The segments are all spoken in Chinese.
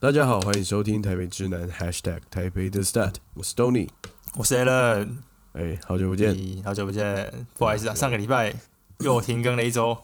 大家好，欢迎收听台北之南 #hashtag 台北的 stat，我是 Tony。我是 Allen，哎，好久不见。嗯咦好久不见，不好意思啊，上个礼拜又停更了一周，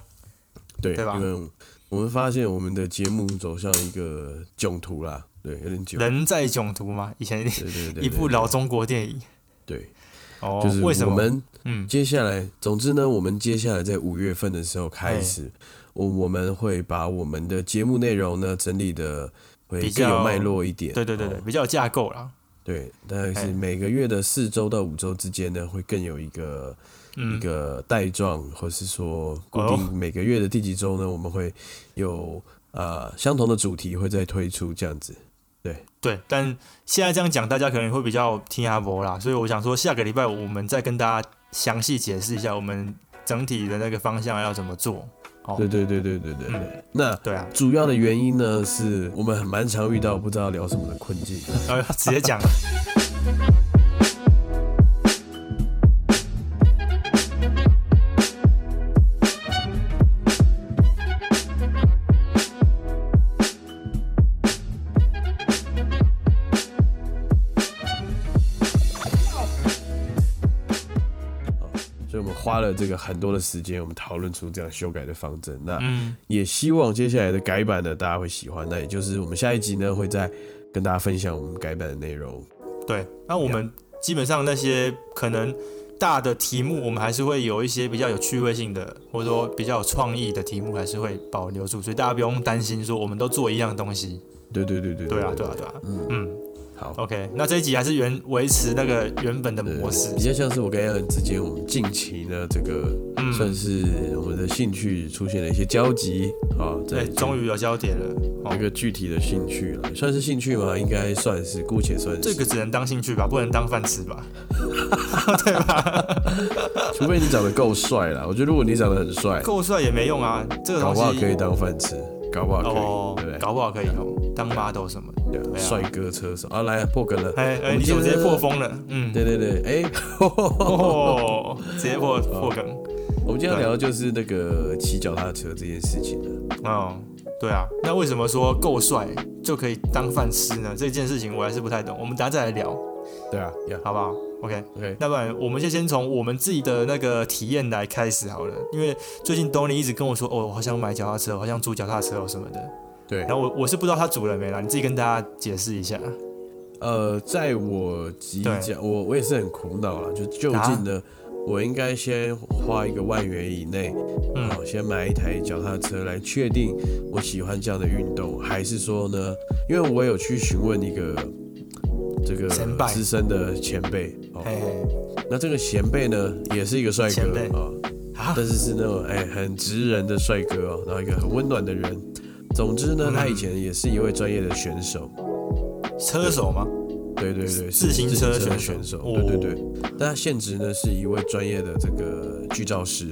对，对吧因为我们发现我们的节目走向一个囧途啦，对，有点久。对人在囧途嘛，以前对对对，一部对老中国电影对，哦，就是为什我么？们嗯，接下来，总之呢，我们接下来在五月份的时候开嗯始，我我们会把我们的节目内容呢整理的会比更较有脉络一点。对对对对，哦比较有架构啦，对，但是哎每个月的四周到五周之间呢，会更有一个一嗯，个带状，或是说固哦定每个月的第几周呢，我们会有呃相同的主题会再推出这样子。对。但现在这样讲，大家可能会比较听阿伯啦，所以我想说，下个礼拜我们再跟大家详细解释一下我们整体的那个方向要怎么做。哦对对对对对对对嗯。那对啊，主要的原因呢，是我们蛮常遇到不知道聊什么的困境。然后直接 讲，所以我们花了这个很多的时间，我们讨论出这样修改的方针。那嗯，也希望接下来的改版呢，大家会喜欢。那也就是我们下一集呢，会再跟大家分享我们改版的内容。对，那我们基本上那些可能大的题目，我们还是会有一些比较有趣味性的，或者说比较有创意的题目，还是会保留住，所以大家不用担心说我们都做一样东西。对对对对对啊，对啊，对啊。嗯，嗯好。 ，OK，那这一集还是原维持那个原本的对模式比。较像是我跟 a l 之间，我们近期呢，这个嗯，算是我们的兴趣出现了一些交集啊，对，哎终于于有焦点了。哦有一，个具体的兴趣了，算是兴趣吗？应该算是，姑且算是。这个只能当兴趣吧，不能当饭吃吧。除非你长得够帅啦，我觉得如果你长得很帅，够帅也没用啊，这个搞东不好西可以当饭吃，搞不好可以，哦对不，对？搞不好可以哦，当 model 什么的。对啊对啊帅哥车手啊，来破梗了。哎我哎，们你怎么今天直接破风了？嗯，对对对，哎，哦，啊直接破破梗。我们今天要聊的就是那个骑脚踏车这件事情了。哦，对啊，那为什么说够帅就可以当饭吃呢？这件事情我还是不太懂，我们等下再来聊，对啊，呀好不好？OK， ，OK，那不然我们就先从我们自己的那个体验来开始好了，因为最近 Tony 一直跟我说，哦，我好想买脚踏车，我好想租脚踏车哦什么的，对然。后我我是不知道他租了没啦，你自己跟大家解释一下。呃，在我即对将，我我也是很苦恼啦，就就啊近呢，我应该先花一个万元以内，嗯好、先买一台脚踏车来确定我喜欢这样的运动，还是说呢，因为我有去询问一个这个前辈资深的前辈，哦，嘿嘿，那这个前辈呢，也是一个帅前哥辈哦，啊但是是那种哎、很直人的帅哥哦，然后一个很温暖的人。总之嗯呢，他以前也是一位专业的选手，车手吗？对对对，自是行自车车选选手，手哦对对对。但他现职呢是一位专业的这个剧照师，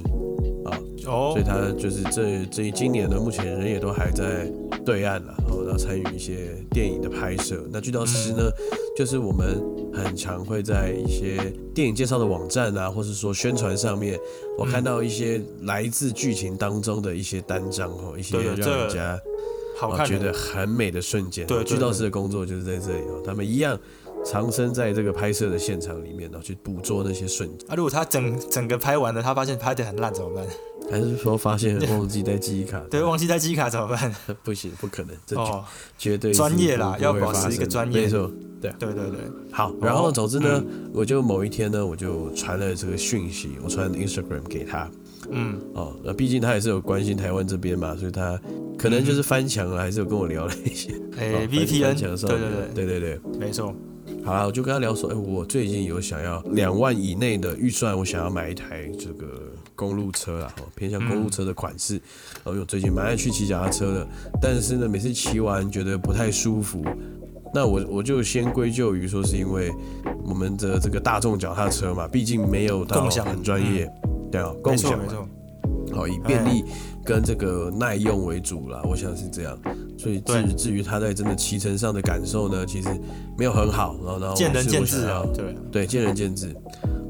哦所以，他就是这这一今年呢，目前人也都还在对岸了，哦，然后参与一些电影的拍摄。那剧照师呢，嗯就是我们很常会在一些电影介绍的网站啊，或是说宣传上面，我嗯看到一些来自剧情当中的一些单张哦，一些对让对这人家好啊看觉得的很美的瞬间。哦对对剧照师的工作就是在这里哦，他们一样藏身在这个拍摄的现场里面，哦然后去捕捉那些瞬间，啊，如果他整整个拍完了，他发现拍的很烂怎么 办？还是说发现忘记带记忆卡？对，忘记带记忆卡怎么办？ 不行，不可能，这哦，绝对是专业啦不要不会保发持一生个的专业没错，对对对，好，然后哦总之呢，我就某一天呢，我就传了这个讯息，我传 Instagram 给他嗯。哦，那毕竟他也是有关心台湾这边嘛，所以他可能嗯就是翻墙了，还是有跟我聊了一些。哦哎翻翻，VPN，墙的时候对对对对对，对，没错，好啦，我就跟他聊说，哎、我最近有想要两万以内的预算，我想要买一台这个公路车啦，哦，偏向公路车的款式。然后因为我最近蛮爱去骑脚踏车的，但是呢，每次骑完觉得不太舒服。那我我就先归咎于说是因为我们的这个大众脚踏车嘛，毕竟没有到共享嗯很专业，对啊，共没错享没嘛，错，哦好以便利跟这个耐用为主啦，我想是这样。所以至对于至于他在真的骑乘上的感受呢，其实没有很好。哦然后然后见仁是我见想智啊要，对啊，对，见仁见智。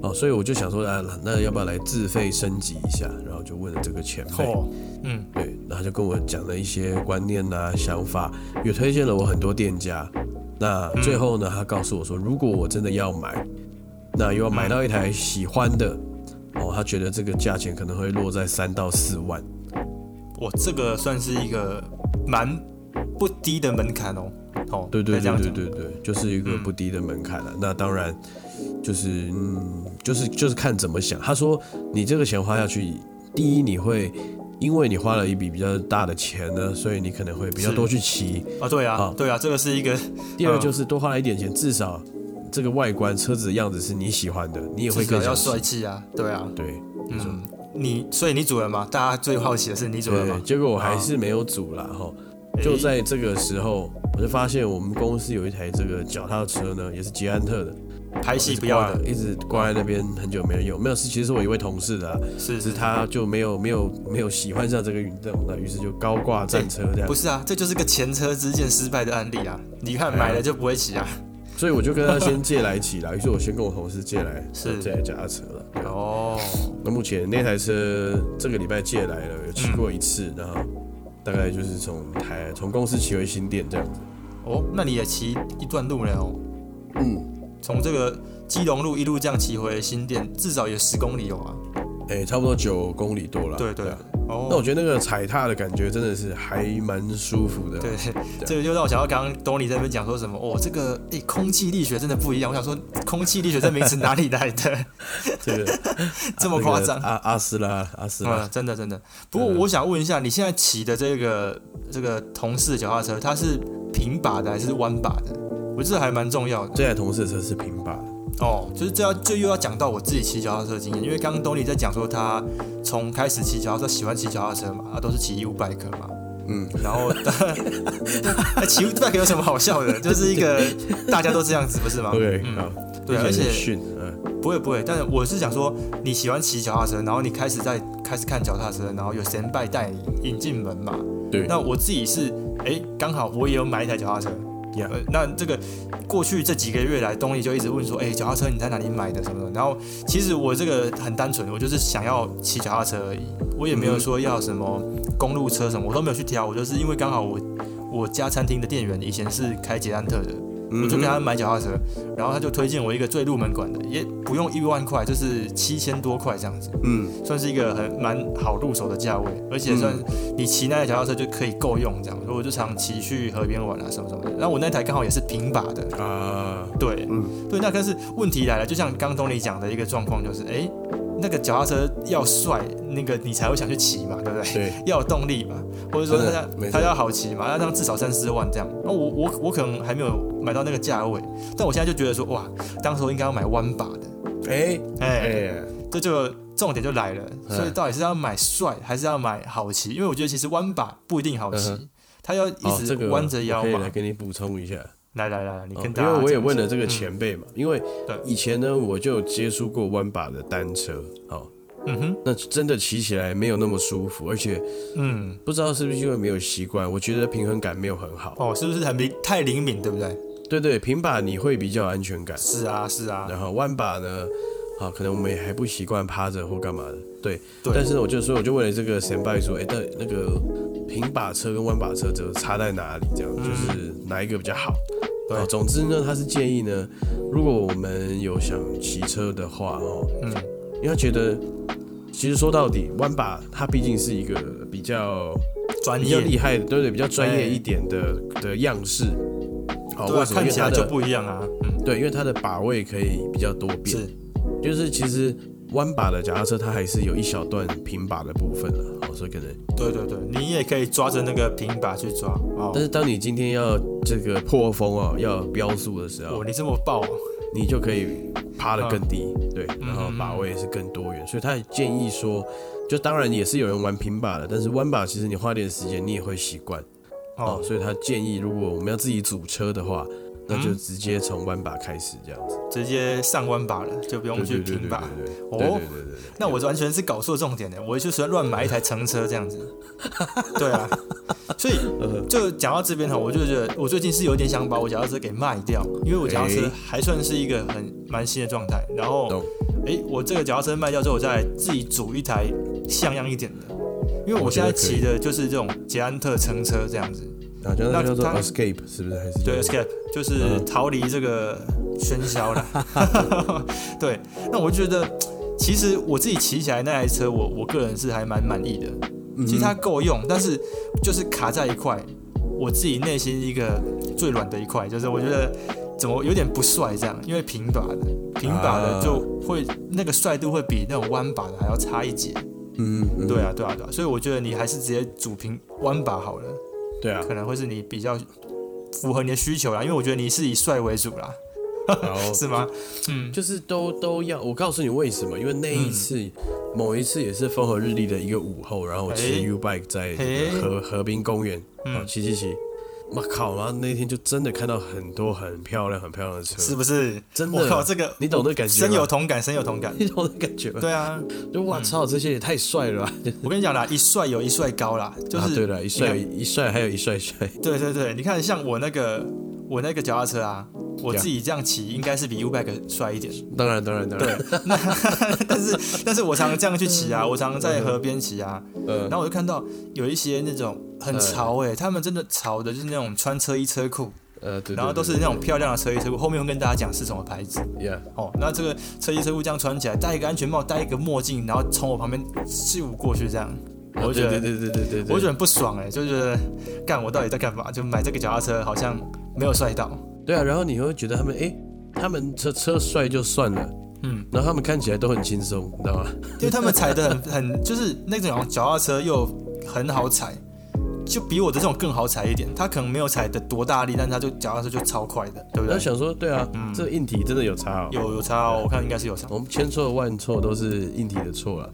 哦，所以我就想说，啊，那要不要来自费升级一下？然后就问了这个前辈，哦，嗯，对，然后他就跟我讲了一些观念呐、想法，也推荐了我很多店家。那嗯最后呢，他告诉我说，如果我真的要买，那又要买嗯到一台喜欢的，哦，他觉得这个价钱可能会落在三到四万。我这个算是一个蛮不低的门槛哦，哦，对对可以这对样嗯对讲，对对，就是一个不低的门槛了、啊那当然，就是嗯，就是就是看怎么想。他说，你这个钱花下去，第一你会因为你花了一笔比较大的钱呢，所以你可能会比较是多去骑。啊，对啊好，对啊，这个是一个第二嗯就是多花了一点钱，至少这个外观车子的样子是你喜欢的，你也会至少更要想骑帅。气啊，对啊，对，嗯，你所以你组了吗？大家最好奇的是你组了对，吗？结果我还是没有组啦哈。哎就在这个时候，我就发现我们公司有一台这个脚踏车呢，也是捷安特的，拍一戏直不要啊挂了，的，一直挂在那边很久没人用。没有，是其实是我一位同事的、啊，只是是是他就没有没有没有喜欢上这个运动，那于是就高挂战车这样不。是啊，这就是个前车之鉴失败的案例啊！你哎看买了就不会骑啊。所以我就跟他先借来骑啦，于是我先跟我同事借来是这台脚踏车了。对啊哦，那目前那台车这个礼拜借来了，有骑过一次，然后大概就是从台从公司骑回新店这样子。哦，那你也骑一段路了哦。嗯，从这个基隆路一路这样骑回新店，至少有十公里有啊。哎、差不多九公里多了。对对啊。那我哦，觉得那个踩踏的感觉真的是还蛮舒服的。啊对，这个就让我想到刚刚东尼在那边讲说什么哦，这个诶，空气力学真的不一样。我想说，空气力学这名词哪里 来的？啊这个 这么夸张那个阿阿斯拉阿斯拉，嗯，真的真的。不过我想问一下，你现在骑的这个这个同事脚踏车，它是平把的还是弯把的？我觉得还蛮重要的。这台同事的车是平把的，哦，就是这要这又要讲到我自己骑脚踏车的经验，因为刚刚东尼在讲说他从开始骑脚踏车喜欢骑脚踏车嘛，他都是骑 U bike 嘛，嗯，然后 那骑 U bike 有什么好笑的？就是一个大家都这样子不是 吗 OK，嗯好，对，而并且很且逊，嗯，不会不会，但是我是想说你喜欢骑脚踏车，然后你开始在开始看脚踏车，然后有神拜带你引进门嘛，对那我自己是，哎，刚好我也有买一台脚踏车。 Yeah 呃那这个过去这几个月来，东尼就一直问说，哎，脚踏车你在哪里买的什么的。然后其实我这个很单纯，我就是想要骑脚踏车而已，我也没有说要什么公路车什么，我都没有去挑。我就是因为刚好我我家餐厅的店员以前是开捷安特的，嗯我啊就给他买脚踏车，然后他就推荐我一个最入门款的，也不用一万块，就是七千多块这样子。嗯，算是一个很蛮好入手的价位，而且算嗯你骑那台脚踏车就可以够用这样，所以我就常骑去河边玩啊什么什么的。然后我那台刚好也是平把的，嗯啊，对，嗯对。那但是问题来了，就像刚东你讲的一个状况就是，哎，那个脚踏车要帅，那个你才会想去骑嘛，对不对？ 对，要有动力嘛，或者说真它的没要错它要好骑嘛，那这样至少三四万这样。那我我我可能还没有买到那个价位，但我现在就觉得说，哇，当时我应该要买弯把的，哎哎、哎，这就重点就来了，嗯所以到底是要买帅还是要买好骑？因为我觉得其实弯把不一定好嗯骑，它要哦一这直个弯着腰我可以来嘛。给你补充一下，来来来，你哦跟大因家为我也讲嗯问了这个前辈嘛，因为对以前呢我就有接触过弯把的单车，哦，嗯哼，那真的骑起来没有那么舒服，而且嗯，不知道是不是因为没有习惯，我觉得平衡感没有很好。哦，是不是很灵太灵敏，对不对？对对，平把你会比较有安全感，是啊，是啊，然后弯把呢，啊，可能我们也还不习惯趴着或干嘛的，对。对但是呢，我就所以我就问了这个神拜说，哎，那那个平把车跟弯把车这个差在哪里？这样就是哪一个比较好？嗯对啊总之呢，他是建议呢，如果我们有想骑车的话哦，嗯，因为他觉得其实说到底，弯把它毕竟是一个比较专比较业厉害的，对对，比较专业哎一点的的样式。好，对为啊，什么？因看为起它来就的不一样啊。嗯，对，因为它的把位可以比较多变。是，就是其实弯把的脚踏车，它还是有一小段平把的部分了，哦，所以可能，对对对，你也可以抓着那个平把去抓哦但。是当你今天要这个破风哦，要飙速的时候哦，，你这么爆哦，你就可以趴得更低，对，嗯然后把位也是更多元，所以他建议说，就当然也是有人玩平把的，但是弯把其实你花点时间你也会习惯哦，哦，所以他建议如果我们要自己组车的话，那就直接从弯把开始这样子，直接上弯把了，就不用对去对对对平对对把。对哦对对对对。那我完全是搞错重点的，我就喜欢乱买一台乘车这样子。 对啊，所以呃就讲到这边哈，我就觉得我最近是有点想把我脚踏车给卖掉，因为我脚踏车哎还算是一个很蛮新的状态。然后懂，哎、我这个脚踏车卖掉之后，我再自己组一台像样一点的，因为我我现觉在得可以骑的就是这种捷安特乘车这样子。好像那那叫做它 escape 是不是？还是对，escape 就是嗯逃离这个喧嚣啦。 对，那我就觉得，其实我自己骑起来那台车，我我个人是还蛮满意的。嗯其实它够用，但是就是卡在一块，我自己内心一个最软的一块，就是我觉得怎么有点不帅这样，因为平把的平把的啊就会、那个帅度会比那种弯把的还要差一截。嗯嗯对啊，对啊，对啊，所以我觉得你还是直接主平弯把好了。对啊，可能会是你比较符合你的需求啦，因为我觉得你是以帅为主啦，然后 是吗？嗯，就是都都要。我告诉你为什么？因为那一次、某一次也是风和日丽的一个午后，然后我骑哎 U bike 在哎河河滨公园，嗯啊骑骑骑，我靠！然后那天就真的看到很多很漂亮、很漂亮的车，是不是？真的啊我靠，这个你懂那感觉吗深有同感，深有同 。感你懂那感觉吗？对啊，就哇操，这些也太帅了吧！我跟你讲啦，一帅有一帅高啦，就啊是对了，一帅你一帅，还有一帅帅，看对对对，你看像我那个我那个脚踏车啊，我自己这样骑应该是比 U bike 帅一点， 当然当然当然，但是但是我常常这样去骑嗯啊，我常常在河边骑啊，呃然后我就看到有一些那种嗯很潮哎、他们真的潮的就是那种穿车衣车裤，呃对，对然后都是那种漂亮的车衣车裤，后面会跟大家讲是什么牌子。对 yeah，哦，那这个车衣车裤这样穿起来，戴一个安全帽，戴一个墨镜，然后从我旁边咻过去这样，我觉对对对得，对对对对，我觉得很不爽哎、就是觉得干我到底在干嘛？就买这个脚踏车好像没有帅 到，对啊，然后你会觉得他们哎、诶他们车车帅就算了，嗯，然后他们看起来都很轻松，你知道吗？因为他们踩的很很就是那种脚踏车又很好踩，就比我的这种更好踩一点。他可能没有踩的多大力，但他就脚踏车就超快的，对然不后对？想说，对啊，这个硬体真的有差哦。有有差哦，我看应该是有差。我们千错万错都是硬体的错了，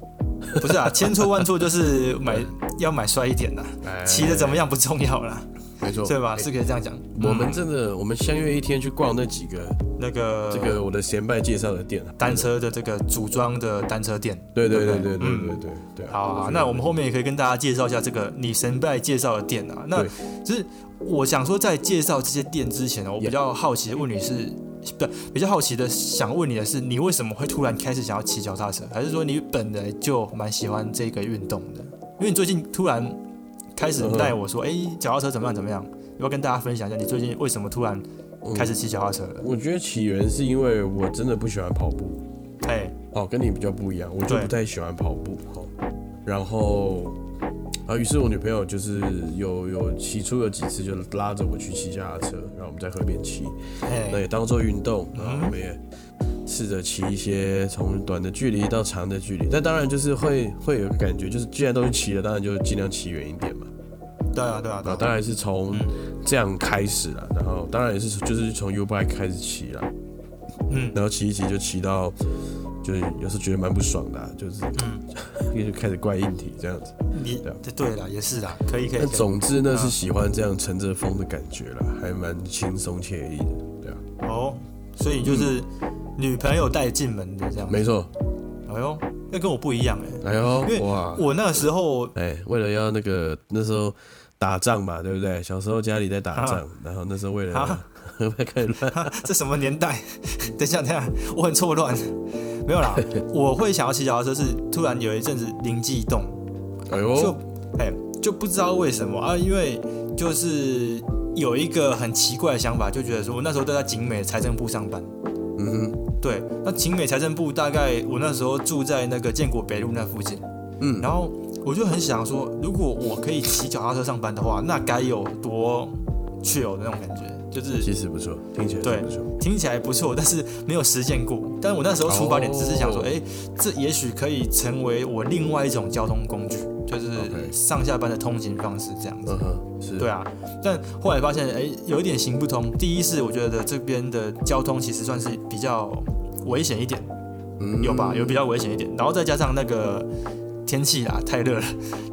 不是啊，千错万错就是 买要买帅一点的，啊哎骑的怎么样不重要啦，没错，对吧？哎是可以这样讲。我们真的，我们相约一天去逛那几个那个这个我的贤拜介绍的店啊。单车的这个组装的单车店。对对对对对对对对对啊！嗯好啊，那我们后面也可以跟大家介绍一下这个你神拜介绍的店啊。那对就是我想说，在介绍这些店之前呢，我比较好奇的问你是，不比较好奇的想问你的是，你为什么会突然开始想要骑脚踏车？还是说你本来就蛮喜欢这个运动的？因为你最近突然开嗯始带我说，哎、脚踏车怎么样怎么样？要不要跟大家分享一下你最近为什么突然开始骑脚踏车了？我觉得起源是因为我真的不喜欢跑步，哎、哦，跟你比较不一样，我就对不太喜欢跑步哦。然后啊，于是我女朋友就是有有骑出有几次，就拉着我去骑脚踏车，然后我们在河边骑，那哎，也当做运动，然后我们也试着骑一些从短的距离到长的距离。但当然就是会会有个感觉，就是既然都去骑了，当然就尽量骑远一点嘛。对啊，对啊，对啊，啊，当然是从嗯这样开始了，然后当然也是就是从 U bike 开始骑了，嗯然后骑一骑就骑到，就是有时候觉得蛮不爽的啊、就是，嗯， 就开始怪硬体这样子。你对啊对啊了，也是啦，可以可以。可但以总之呢，是喜欢这样乘着风的感觉了，还蛮轻松惬意的，对啊，哦，所以就是嗯女朋友带进门的这样。没错。哎呦，那跟我不一样哎、哎呦因为，哇，我那个时候 哎，为了要那个那时候打仗嘛，对不对？小时候家里在打仗，然后那时候 为了啊 开始乱，这什么年代？嗯等一下，等一下，我很错乱。没有 啦，我会想要骑脚踏车是突然有一阵子灵机一动，哎就呦，哎、就不知道为什么啊，因为就是有一个很奇怪的想法，就觉得说我那时候都在景美财政部上班。嗯哼，对，那景美财政部大概我那时候住在那个建国北路那附近，嗯然后我就很想说，如果我可以骑脚踏车上班的话，那该有多 chill 的那种感觉，就是其实不错，听起来对是不错。听起来不错，但是没有实践过。但我那时候出发点只是想说，哦哎、这也许可以成为我另外一种交通工具，就是 OK 上下班的通勤方式这样子。嗯哼，是，对啊，但后来发现，哎、有一点行不通。第一是我觉得这边的交通其实算是比较危险一点，嗯有吧？有比较危险一点，然后再加上那个天气啊，太热了，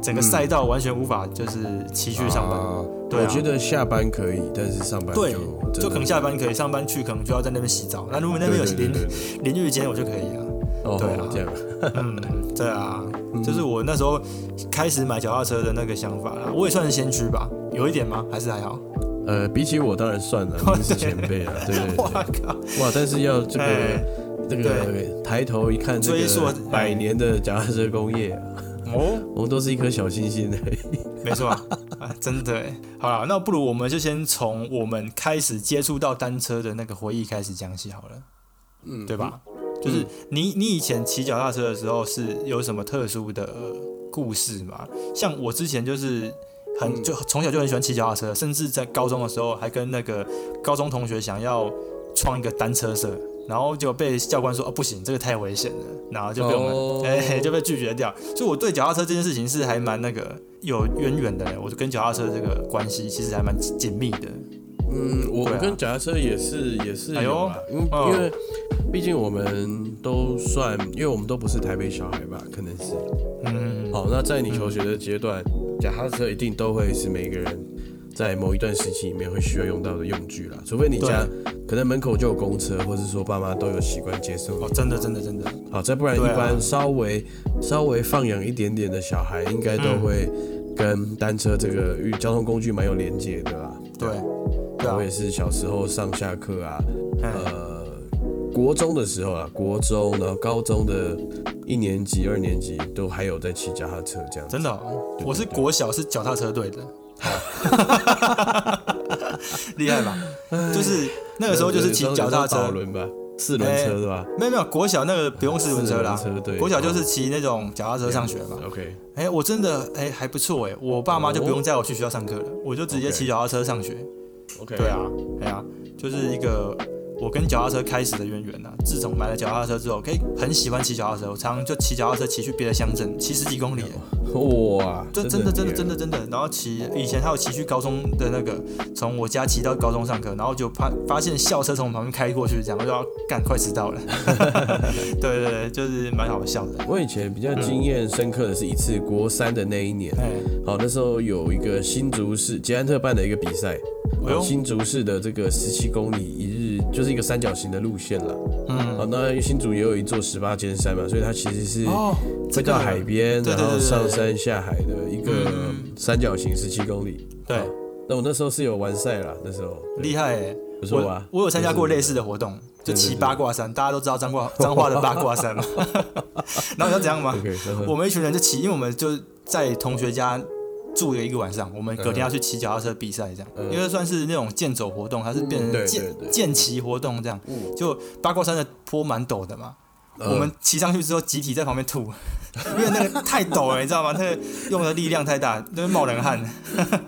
整个赛道完全无法就是骑去上班。嗯啊对啊我觉得下班可以，但是上班对就，就可能能下班可以上班去，可能就要在那边洗澡。那如果那边有淋淋浴间，我就可以啊。哦对啊这样嗯，对啊，就是我那时候开始买脚踏车的那个想法啦。我也算是先驱吧，有一点吗？还是还好？呃，比起我当然算 了，你是前辈啊，对对对，我靠！哇，但是要这哎个这个抬头一看，这追溯哎个百年的脚踏车工业啊，哦，我们都是一颗小星星嗯而已。没错啊，啊真的欸。好了，那不如我们就先从我们开始接触到单车的那个回忆开始讲起好了，嗯对吧？就是你你以前骑脚踏车的时候是有什么特殊的故事吗？像我之前就是嗯很就从小就很喜欢骑脚踏车，甚至在高中的时候还跟那个高中同学想要创一个单车社。然后就被教官说哦不行，这个太危险了，然后就被我们哦 哎、就被拒绝掉。所以我对脚踏车这件事情是还蛮那个有渊源的，我就跟脚踏车这个关系其实还蛮紧密的。嗯，我对啊我跟脚踏车也是也是哎呦有啦，啊因为嗯因为毕竟我们都算，因为我们都不是台北小孩吧，可能是。嗯，好，那在你求学的阶段，脚踏车一定都会是每个人在某一段时期里面会需要用到的用具啦，除非你家可能门口就有公车，或者说爸妈都有习惯接送你哦，真的真的真的，好，再不然一对啊般稍微、稍微放养一点点的小孩，应该嗯都会跟单车这个与交通工具蛮有连接的啦。对我对也啊，是小时候上下课啊，嗯呃，国中的时候啊，国中然后高中的一年级、二年级都还有在骑脚踏车这样子。真的哦、我是国小是脚踏车队的，哦 厉害吧？就是那个时候就是骑脚踏四车，轮吧，四轮车对吧？没有没有国小那个不用四轮车啦四轮车对，国小就是骑那种脚踏车上学嘛。 OK，哎、我真的哎、还不错哎、我爸妈就不用载我去学校上课了，我就直接 OK 骑脚踏车上学。 OK，对，啊，哎呀、就是一个我跟脚踏车开始的渊源啊。自从买了脚踏车之后，可以很喜欢骑脚踏车，我常常就骑脚踏车骑去别的乡镇，骑十几公里耶，哇，这真的真的的真的真的。然后骑以前还有骑去高中的那个，从我家骑到高中上课，然后就发发现校车从我旁边开过去，这样我就要赶快迟 到了。对对对，就是蛮好笑的。我以前比较经验深刻的是一次国三的那一年，哎，好，那时候有一个新竹市捷安特办的一个比赛，哎呦，新竹市的这个十七公里一日就是一个三角形的路线了。嗯，好，那新竹也有一座十八尖山嘛，所以它其实是哦，会这个到海，边，对对然后对对上山下海的一个嗯三角形十七公里。对好，那我那时候是有完赛啦，那时候啊厉害哎。不错我吧？我有参加过类似的活动，对就骑对八卦山，大家都知道彰化彰化的八卦山 嘛。然后你知道怎样吗？ OK，呵呵我们一群人就骑，因为我们就在同学家住了一个晚上，我们隔天要去骑脚踏车比赛，这样，嗯因为算是那种健走活动，还是变嗯对对成健对健骑活动这样。就八卦山的坡蛮陡的嘛，嗯我们骑上去之后集体在旁边吐，因为那个太陡了，你知道吗？那个用的力量太大，就是冒冷汗。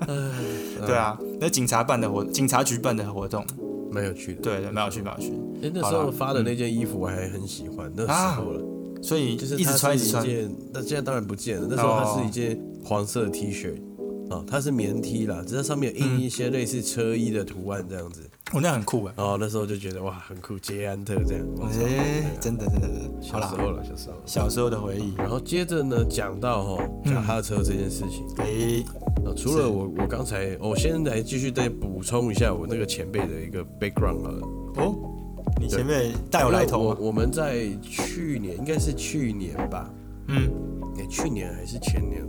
嗯 对啊，那警察办的活，警察局办的活动，蛮有趣的。对对，蛮有趣，蛮有趣。哎，那时好候啦发的那件衣服我还很喜欢，那时候了，所以就是一直它穿一是直一穿，哦件，那现在当然不见了。那时候它是一件黄色的 T 恤，啊，它是棉 T 啦，只是上面有印一些类似车衣的图案这样子。我、那很酷哎，然后那时候就觉得哇，很酷，捷安特这样。哇哎、真的真的真的，好哦啊小时啦，候了，小时候。小时候的回忆，然后接着呢，讲到哈嗯脚踏车这件事情，哎、啊，除了我我刚才，哦我先来继续再补充一下我那个前辈的一个 background 好了。哦，你前面大有哦来啊头我吗？我们在去年应该是去年吧，嗯，哎，去年还是前年，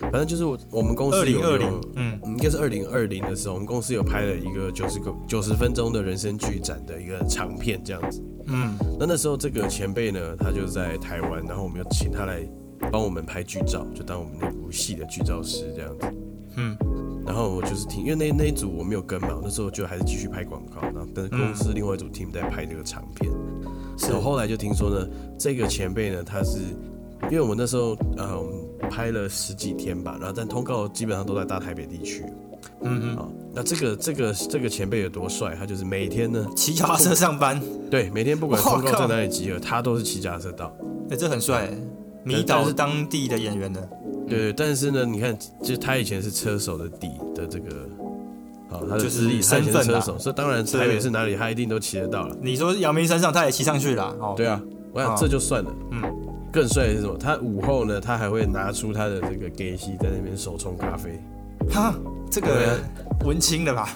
反正就是我我们公二司有零二有零，嗯，应该是二零二零的时候，我们公司有拍了一个九十个九十分钟的人生剧展的一个长片这样子。嗯，那那时候这个前辈呢，他就在台湾，然后我们要请他来帮我们拍剧照，就当我们那部戏的剧照师这样子。嗯，然后我就是听，因为那那一组我没有跟嘛，那时候就还是继续拍广告，然后但是公司另外一组 team 在拍这个长片。嗯是然后后来就听说呢，这个前辈呢，他是因为我们那时候呃我们拍了十几天吧，然后但通告基本上都在大台北地区。嗯啊，那这个这个这个前辈有多帅？他就是每天呢，骑脚踏车上班，对，每天不管哇通告靠在哪里集合，他都是骑脚踏车到。哎、这很帅欸，迷但倒是当地的演员呢，对嗯对，但是呢，你看，就他以前是车手的底的这个，好，他的就是资历，他以前身是份车啊手，所以当然是台北是哪里，他一定都骑得到了。你说阳明山上他也骑上去了，哦，对啊，我想哦这就算了。嗯，更帅的是什么？他午后呢，他还会拿出他的这个 gay 西在那边手冲咖啡。哈，这啊个文青的吧？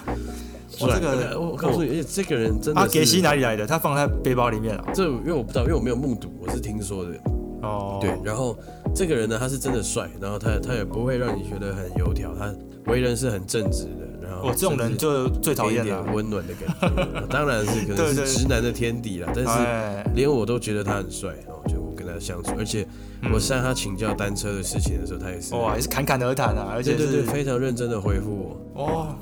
我这对个我我告诉你，而且这个人真的阿是杰啊西哪里来的？他放在背包里面啊。这因为我不知道，因为我没有目睹，我是听说的。哦，对，然后这个人呢，他是真的帅，然后他他也不会让你觉得很油条，他为人是很正直的，然后我哦这种人就最讨给一厌点了。温暖的感觉， 当然是可能对对是直男的天敌啦，但是哎，连我都觉得他很帅，然后就我跟他相处，而且我向他请教单车的事情的时候，他也是嗯哇，也是侃侃而谈啊，而对且对对是呃非常认真的回复我，哇，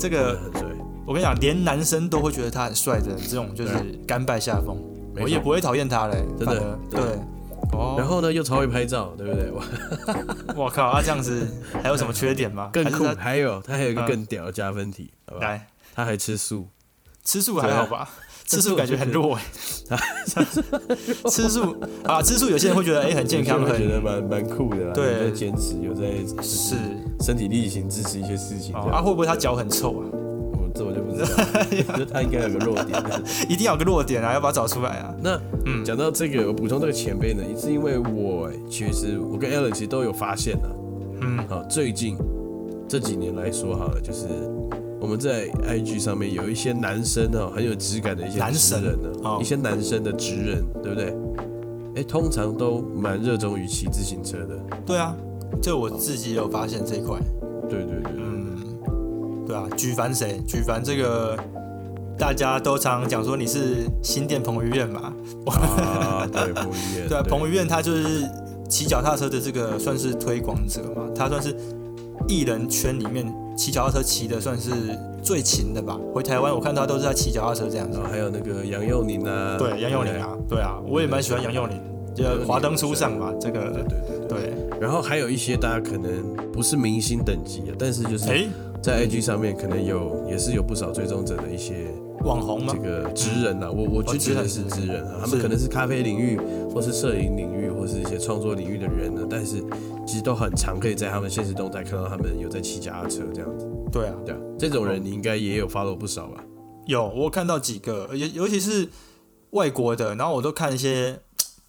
这真个的很帅，我跟你讲，连男生都会觉得他很帅的，这种就是甘拜下风。没错我也不会讨厌他嘞，真的反而真的对。哦，然后呢又超会拍照，对不对？哇，我靠，啊他这样 子还有什么缺点吗？更还是酷，他啊还有他还有一个更屌的加分题，好吧？来，他还吃素，吃素还好吧？吃素感觉很弱哎、吃素啊，吃素有些人会觉得哎、很健康，我觉很得蛮蛮酷的啦，对有在坚持，有在是身体力行支持一些事情这哦样。啊，会不会他脚很臭啊？我这我就不知道， 我觉得他应该有个弱点。一定要有个弱点啊，要把它找出来啊。那嗯讲到这个，我补充这个前辈呢，也是因为我其实我跟 Alan 其实都有发现啊。嗯，好，最近这几年来说好了，就是我们在 IG 上面有一些男生哦，很有质感的一些男职神人呢、哦一些男生的职人，对不对？哎，通常都蛮热衷于骑自行车的。对啊，这我自己有发现这一块。对对对对，嗯，对啊，举凡谁？举凡这个，大家都常讲说你是新店彭于晏嘛，啊，对，彭于晏， 对啊，彭于晏他就是骑脚踏车的这个算是推广者嘛，他算是艺人圈里面骑脚踏车骑的算是最勤的吧。回台湾我看他都是在骑脚踏车这样子然。后还有那个杨佑宁啊，对，杨佑宁啊，对啊，我也蛮喜欢杨佑宁，就华灯初上嘛，这对，个对对对对，对。然后还有一些大家可能不是明星等级的，但是就是哎，在 IG 上面可能有也是有不少追踪者的一些网红嘛这，个职人啊呐，我我就觉得是职人啊，他们哦是可能是咖啡领域或是摄影领域或是一些创作领域的人呢，但是其实都很常可以在他们现实动态看到他们有在骑脚踏车这样子，对啊，对啊，这种人你应该也有 follow 不少啊吧？有，我看到几个，尤尤其是外国的，然后我都看一些，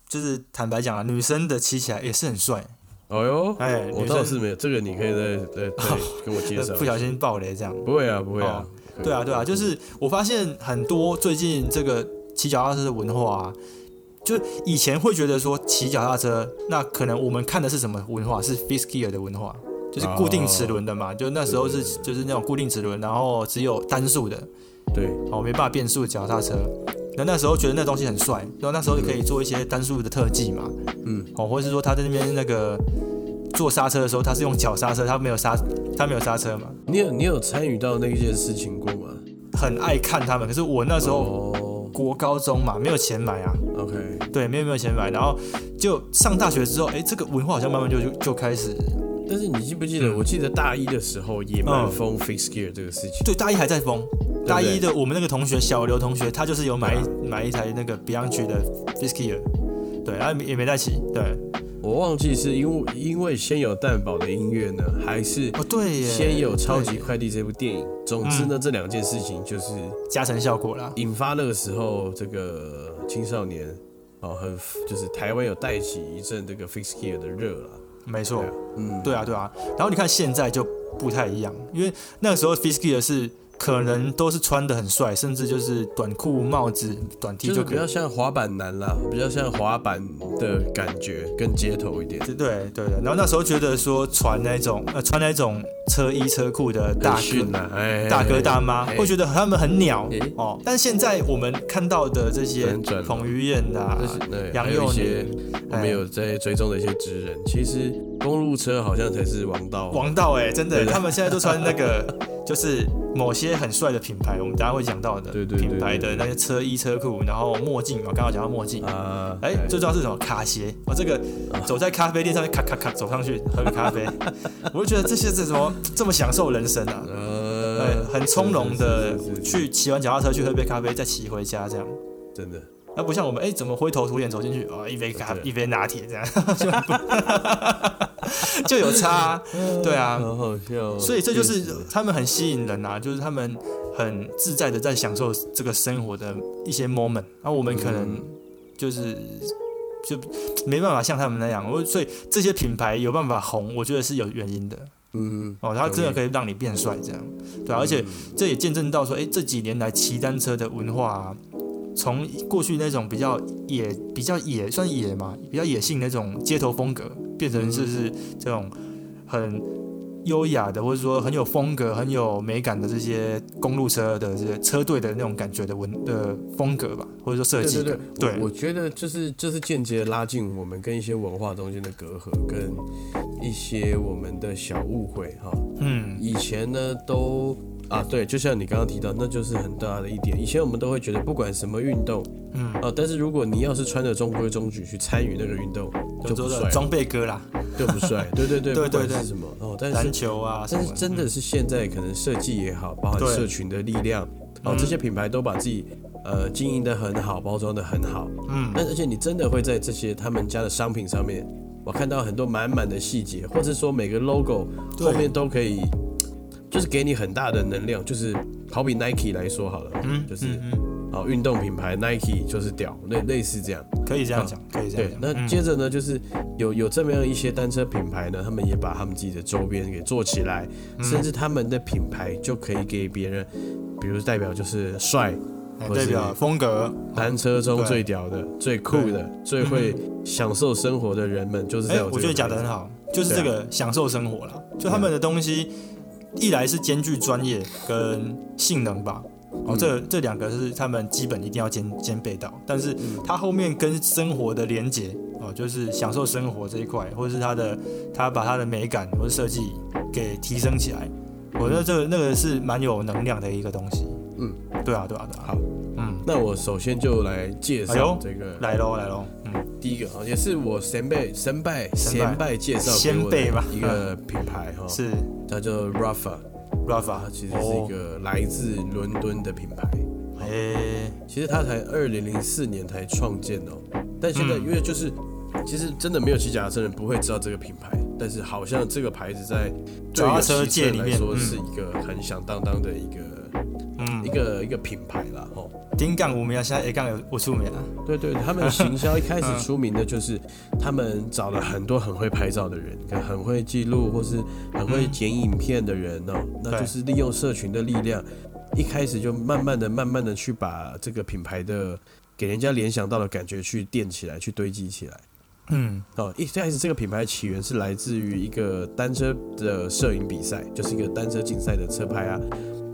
就是坦白讲啊，女生的骑起来也是很帅，哦哟，哎我女生倒是没有，这个你可以再再 再跟我介绍呃不。小心爆雷这样。不会啊，不会啊哦，对啊，对啊，就是我发现很多最近这个骑脚踏车的文化啊，就以前会觉得说骑脚踏车，那可能我们看的是什么文化？是 f i s k e r 的文化，就是固定齿轮的嘛，就那时候是就是那种固定齿轮，然后只有单数的，对，哦，没办法变速的脚踏车。那那时候觉得那东西很帅，然后那时候就可以做一些单数的特技嘛，嗯，哦，或者是说他在那边那个做刹车的时候，他是用脚刹车，他没有刹，他没有刹车嘛，你有你有参与到那件事情过吗？很爱看他们。可是我那时候哦国高中嘛，没有钱买啊， ，OK，对，没有没有钱买，然后就上大学之后，哎，这个文化好像慢慢就就就开始，但是你记不记得？我记得大一的时候也蛮疯嗯 fix gear 这个事情。对，大一还在疯。不对大一的我们那个同学小刘同学，他就是有买一买一台那个 Bianchi 的 f i s k e r 对，然后也没带起，对，我忘记是因为因为先有蛋堡的音乐呢，还是哦对耶，先有《超级对快递》这部电影。总之呢，这两件事情就是加成效果啦。引发那个时候这个青少年哦，很就是台湾有带起一阵这个 fix gear 的热了。没错，嗯，对啊，对啊。然后你看现在就不太一样，因为那个时候 f i s k e 是可能都是穿的很帅，甚至就是短裤、帽子、短 T 就是就比可以较。像滑板男啦，比较像滑板的感觉，更街头一点。对对对，然后那时候觉得说穿那种呃穿那种车衣车裤的很大哥逊啊，哎， 大哥大妈，哎会觉得他们很鸟哎哦。但现在我们看到的这些反转了彭于晏的啊哎但是对，杨还有佑一些宁、哎我们有在追踪的一些职人，其实公路车好像才是王道。王道哎，真的，对的他们现在都穿那个就是某些很帅的品牌，我们等一下会讲到的对对对品牌对的那些车衣车裤，然后墨镜嘛，刚好讲到墨镜。啊，哎，最重要是什么？卡鞋。我这个走在咖啡店上面，咔咔咔走上去喝个咖啡， 我就觉得这些是什么这么享受人生啊？呃呃，，很从容的是是是是去骑完脚踏车去喝杯咖啡，再骑回家这样。真的，那不像我们哎，怎么灰头土脸走进去啊、哦？一杯咖对一杯拿铁这样， 就就有差 啊、对啊。好好笑哦。所以这就是确实他们很吸引人啊，就是他们很自在的在享受这个生活的一些 moment，而、啊、我们可嗯能就是就没办法像他们那样，我所以这些品牌有办法红，我觉得是有原因的。嗯，哦，它真的可以让你变帅这样，对、啊，而且这也见证到说，哎、这几年来骑单车的文化、啊，从过去那种比较野、比较野算野嘛，比较野性那种街头风格，变成就是这种很优雅的，或者说很有风格、很有美感的这些公路车的这些车队的那种感觉的文的风格吧，嗯或者说设对计对的，对，我我觉得就是这是间接拉近我们跟一些文化中间的隔阂，跟一些我们的小误会哈。嗯，以前呢都啊对，就像你刚刚提到，那就是很大的一点。以前我们都会觉得不管什么运动，嗯啊，但是如果你要是穿着中规中矩去参与那个运动，就就不说帅的了，装备哥啦，就不帅。 对对对，对不管对对是什么哦，但是篮球啊什但么是真的是现在可能设计也好，包含对社群的力量，哦，嗯这些品牌都把自己呃经营的很好，包装的很好。嗯但而且你真的会在这些他们家的商品上面，我看到很多满满的细节，或者说每个 logo 对后面都可以，就是给你很大的能量。就是好比 Nike 来说好了，嗯，就是嗯嗯哦运动品牌 Nike 就是屌，类类似这样。可以这样讲，可以这对，样讲，那嗯接着呢，就是有有这么样一些单车品牌呢，他们也把他们自己的周边给做起来，嗯甚至他们的品牌就可以给别人，比如代表就是帅，哎或是代表风格，哦单车中最屌的、最酷的、最会享受生活的人们，就是嗯哎、在我我觉得这讲个的牌子。很好，就是这个享受生活啦。就他们的东西，一来是兼具专业跟性能吧，哦，嗯这这两个是他们基本一定要兼兼备到，但是嗯它后面跟生活的连接，哦，就是享受生活这一块，或者是它的它把它的美感或者设计给提升起来，我觉得这个那个是蛮有能量的一个东西。嗯，对啊，对啊，对啊。好，嗯，那我首先就来介绍哎呦这个来喽，来喽，嗯，第一个啊，也是我先辈先辈先辈先辈介绍给我啊先辈吧的一个品牌哈，是它叫 Rafa，啊 Rafa，它其实是一个来自伦敦的品牌。哦，哎，其实它才二零零四年才创建哦，但现在嗯因为就是，其实真的没有骑脚踏车的人不会知道这个品牌，但是好像这个牌子在对脚于踏骑车界人里来面说嗯是一个很响当当的一个嗯一，个一个品牌啦哦。顶杠五名，现在 A 杠有我出名啊。对对，他们行销一开始出名的就是他们找了很多很会拍照的人，跟很会记录或是很会剪影片的人哦，那就是利用社群的力量，一开始就慢慢的、慢慢的去把这个品牌的给人家联想到的感觉去垫起来、去堆积起来。嗯哦，一开始这个品牌的起源是来自于一个单车的摄影比赛，就是一个单车竞赛的车拍啊，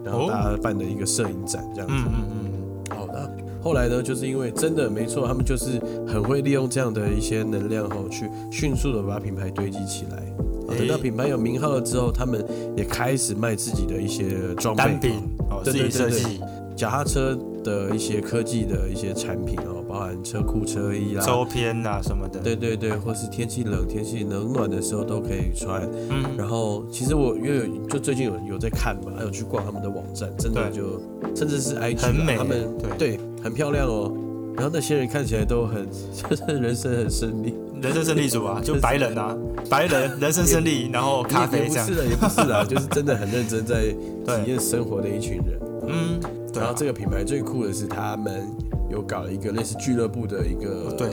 然后哦大家办的一个摄影展这样子。嗯嗯好的。后来呢，就是因为真的没错，他们就是很会利用这样的一些能量后，去迅速的把品牌堆积起来。啊诶等到品牌有名号了之后，他们也开始卖自己的一些装嗯，备、单品哦，对自对己对设对计脚踏车的一些科技的一些产品哦，包含车库、车衣啊啦，周边呐什么的。对对对，或是天气冷、天气冷暖的时候都可以穿。嗯，然后其实我因为有就最近有有在看嘛，还有去逛他们的网站，真的对就甚至是 IG，啊很美他们对对很漂亮哦。然后那些人看起来都很 就是人生很顺利，人生胜利组啊，就白人啊，白人人生胜利，然后咖也啡也不这样是。的，也不是 的，就是真的很认真在体验生活的一群人。嗯，对然后啊，这个品牌最酷的是他们有搞了一个类似俱乐部的一个对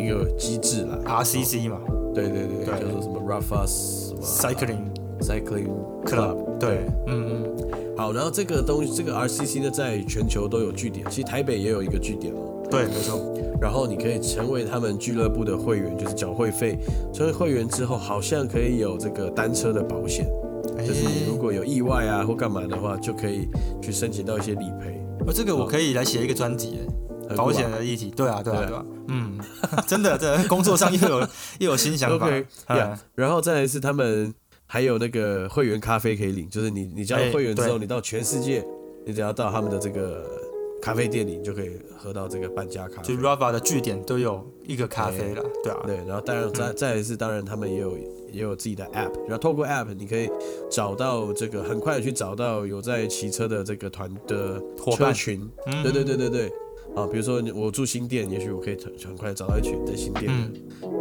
一个机制啦， RCC 嘛对对对，对叫做什么 Rafa 什么，Cycling Cycling Club。 Club。对，嗯嗯，好，然后这个东西，这个 RCC 呢，在全球都有据点，其实台北也有一个据点哦。对，没错。然后你可以成为他们俱乐部的会员，就是缴会费。成为会员之后，好像可以有这个单车的保险，就是你如哎，果有意外啊或干嘛的话，就可以去申请到一些理赔。我哦这个我可以来写一个专辑哎。很酷啊保险的议题，对啊，对啊，对对啊，嗯， 真的，真的，工作上又有又有新想 法 OK，嗯 yeah，然后再来是他们还有那个会员咖啡可以领，就是你你加入哎会员之后，对你到全世界，你只要到他们的这个咖啡店里，你就可以喝到这个半价咖啡就。Rava 的据点都有一个咖啡啦，对啊，对，然后当然再再来是，当然他们也有也有自己的 app，然后透过 app 你可以找到这个很快的去找到有在骑车的这个团的伙车伴群，嗯对对对对对，啊，比如说你我住新店，也许我可以很很快找到一群在新店的嗯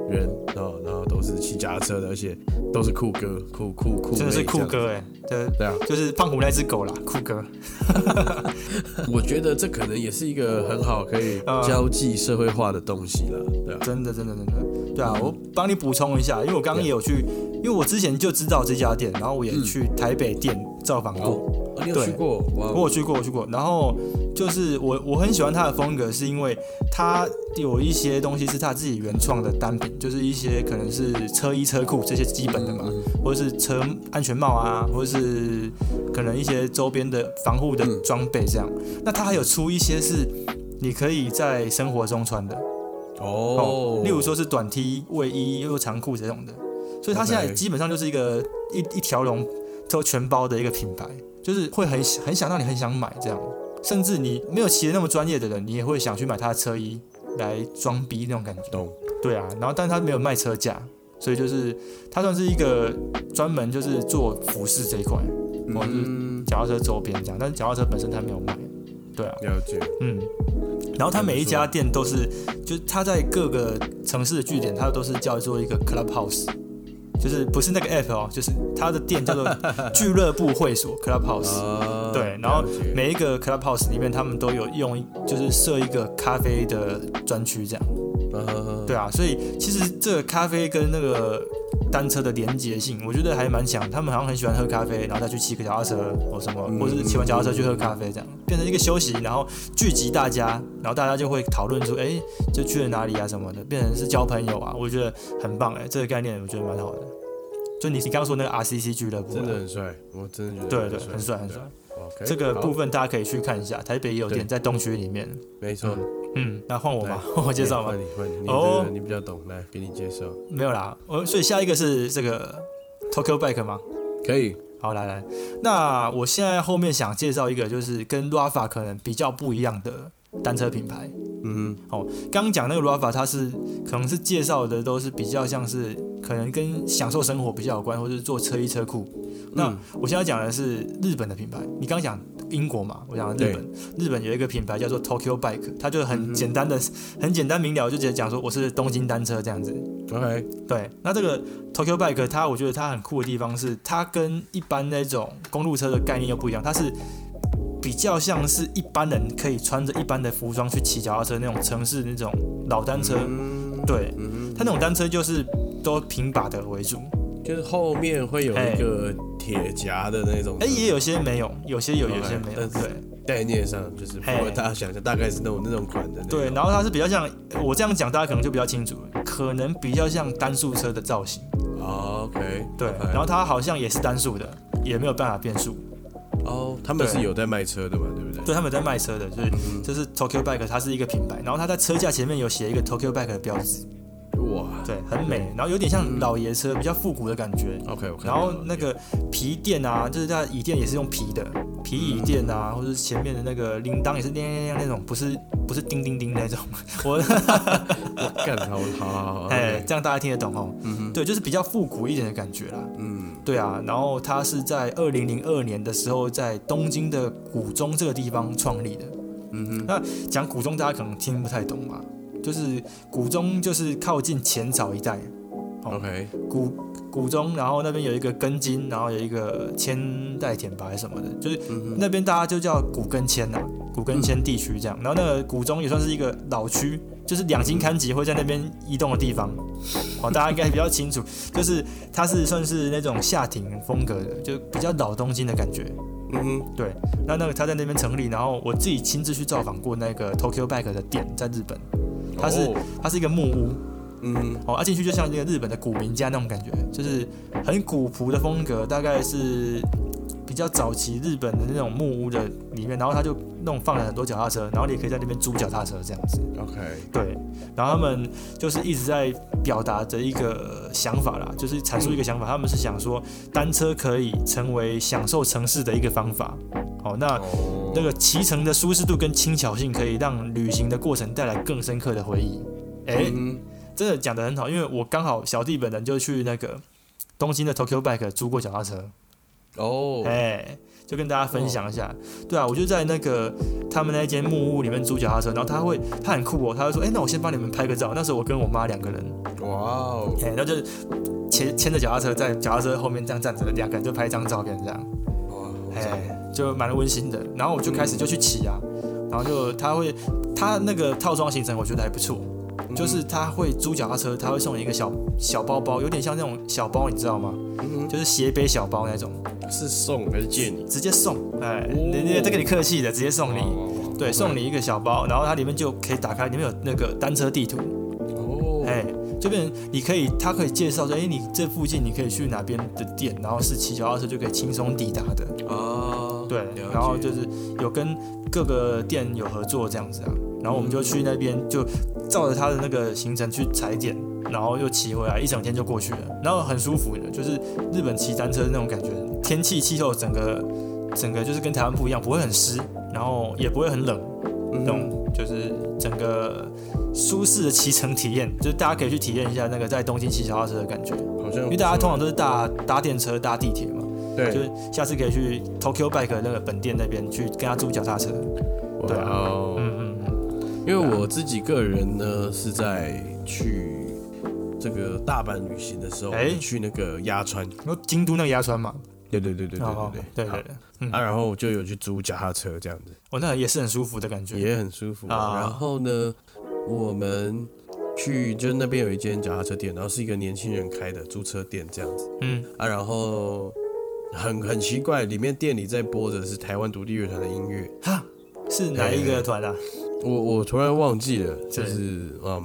人，然后然后都是骑脚踏车的，而且都是酷哥，酷酷欸酷妹这真样，的是酷哥哎、这对啊，就是胖虎那只狗啦，酷哥。我觉得这可能也是一个很好可以嗯交际社会化的东西啦，对啊，真的，真的，真的，对啊，我帮你补充一下，因为我刚刚也有去，因为我之前就知道这家店，然后我也去台北店造访过，哦，你有对去过？哇我有去过，我去过。然后就是我我很喜欢它的风格，是因为它有一些东西是它自己原创的单品，就是一些可能是车衣车裤这些基本的嘛，嗯或者是车安全帽啊，或者是可能一些周边的防护的嗯装备这样。那它还有出一些是你可以在生活中穿的。哦哦，，例如说是短 T、卫衣又长裤这种的，所以它现在 OK 基本上就是一个一一条龙都全包的一个品牌，就是会很很想让你很想买这样，甚至你没有骑的那么专业的人，你也会想去买它的车衣来装逼那种感觉。懂，对啊，然后但是它没有卖车架，所以就是它算是一个专门就是做服饰这一块，我是嗯，脚踏车周边这样，但是脚踏车本身它没有卖。对啊，了解，嗯，然后它还不每一错家店都是，就是它在各个城市的据点，它都是叫做一个 clubhouse，就是不是那个 app 哦，就是它的店叫做俱乐部会所 clubhouse。啊，对然后了解每一个 clubhouse 里面，他们都有用一，就是设一个咖啡的专区这样。啊对啊，所以其实这个咖啡跟那个单车的连结性，我觉得还蛮强。他们好像很喜欢喝咖啡，然后再去骑个脚踏车或什么，嗯或者是骑完脚踏车去喝咖啡，这样变成一个休息，然后聚集大家，然后大家就会讨论出，哎、就去了哪里啊什么的，变成是交朋友啊。我觉得很棒哎、这个概念我觉得蛮好的。就你你刚刚说那个 RCC 俱乐部啊，真的很帅，我真的觉对得对，很帅很帅。 ，OK，这个好部分大家可以去看一下，台北也有对店在东区里面。没错，哎嗯，那换我吧， 我介绍吧换。你换你，你哦这个你比较懂，来给你介绍，没有啦，我所以下一个是这个 Tokyo Bike 吗？可以，好，来来，那我现在后面想介绍一个，就是跟 Rafa 可能比较不一样的单车品牌。嗯刚刚讲那个 Rafa，它是可能是介绍的都是比较像是可能跟享受生活比较有关，或者是做车衣车裤。那嗯我现在讲的是日本的品牌，你刚刚讲英国嘛，我讲日本，日本有一个品牌叫做 Tokyo Bike，它就很简单的、很简单明了，就直接讲说我是东京单车这样子。 ，OK，对，那这个 Tokyo Bike 它，我觉得它很酷的地方是，它跟一般那种公路车的概念又不一样，它是比较像是一般人可以穿着一般的服装去骑脚踏车那种城市那种老单车。嗯对，嗯它那种单车就是都平把的为主，就是后面会有一个铁夹的那种，哎、也有些没有，有些有，有些没有。但是对概念上就是不嘿会大家想象，大概是那种那种款的那种，对，然后它是比较像我这样讲，大家可能就比较清楚了，可能比较像单速车的造型。哦，OK，对， OK 然后它好像也是单速的，也没有办法变速。哦，他们是有在卖车的嘛，对不对？对，他们有在卖车的，就是这是 Tokyo Bike，它是一个品牌，然后它在车架前面有写一个 Tokyo Bike 的标志，哇对，很美，然后有点像老爷车，比较复古的感觉。 ，OK，我看然后到了那个皮垫啊，就是它椅垫也是用皮的，皮椅垫啊，或者是前面的那个铃铛也是亮亮亮那种，不是不是叮叮叮那种。我干好好好好，哎， OK，这样大家听得懂哦。对，就是比较复古一点的感觉啦。嗯，对啊，然后它是在二零零二年的时候，在东京的古中这个地方创立的。嗯哼，那讲古中大家可能听不太懂吧？就是古中就是靠近浅草一带，哦 OK，古古中，然后那边有一个根津，然后有一个千代田吧还是什么的，就是那边大家就叫古根千呐、古根千地区这样。然后那个古中也算是一个老区，就是两金刊集会在那边移动的地方。哦，大家应该比较清楚，就是它是算是那种下町风格的，就比较老东京的感觉。嗯哼，对，那那个他在那边成立，然后我自己亲自去造访过那个 Tokyo Bike 的店，在日本，它是、哦它是一个木屋，嗯哼，哦，啊进去就像那个日本的古民家那种感觉，就是很古朴的风格，大概是比较早期日本的那种木屋的里面，然后他就那种放了很多脚踏车，然后你也可以在那边租脚踏车这样子。 ，OK，对，然后他们就是一直在表达着一个想法啦，就是阐述一个想法，他们是想说单车可以成为享受城市的一个方法。哦，那哦那个骑乘的舒适度跟轻巧性可以让旅行的过程带来更深刻的回忆。诶，嗯真的讲得很好，因为我刚好小弟本人就去那个东京的 Tokyo Bike 租过脚踏车，哦，哎、就跟大家分享一下。对啊，我就在那个他们那间木屋里面租脚踏车，然后他会他很酷哦，他会说，哎、那我先帮你们拍个照。那时候我跟我妈两个人，哇哦，哎、然后就是牵牵着脚踏车在脚踏车后面这样站着，两个人就拍一张照片这样。哇，哎，就蛮温馨的。然后我就开始就去骑啊，然后就他会他那个套装行程我觉得还不错，哎就是他会租脚踏车，他会送你一个小小包包，有点像那种小包，你知道吗？就是斜背小包那种，嗯是送还是借你？直接送。哎，你你这个你客气的，直接送你。哦对，送你一个小包，然后它里面就可以打开，里面有那个单车地图，哦，哎，就变成你可以，它可以介绍说，哎，你这附近你可以去哪边的店，然后是骑脚踏车就可以轻松抵达的。啊，对了解，然后就是有跟各个店有合作这样子啊，然后我们就去那边就照着他的那个行程去踩点，然后又骑回来，一整天就过去了，然后很舒服的，就是日本骑单车那种感觉，天气气候整个整个就是跟台湾不一样，不会很湿，然后也不会很冷，嗯那种就是整个舒适的骑乘体验，就是大家可以去体验一下那个在东京骑脚踏车的感觉，好像因为大家通常都是搭搭电车、搭地铁嘛。就对，是下次可以去 Tokyo Bike 那个本店那边去跟他租脚踏车。对啊哇哦啊嗯嗯嗯，因为我自己个人呢是在去这个大阪旅行的时候，哎我去那个鸭川，那京都那个鸭川嘛，对对对对哦对对对好对对，嗯啊，然后我就有去租脚踏车这样子，哦，那也是很舒服的感觉。也很舒服。啊然后呢，我们去就是那边有一间脚踏车店，然后是一个年轻人开的租车店这样子嗯，啊，然后很很奇怪，里面店里在播的是台湾独立乐团的音乐，哈，是哪一个团啊？我我突然忘记了，就对是嗯，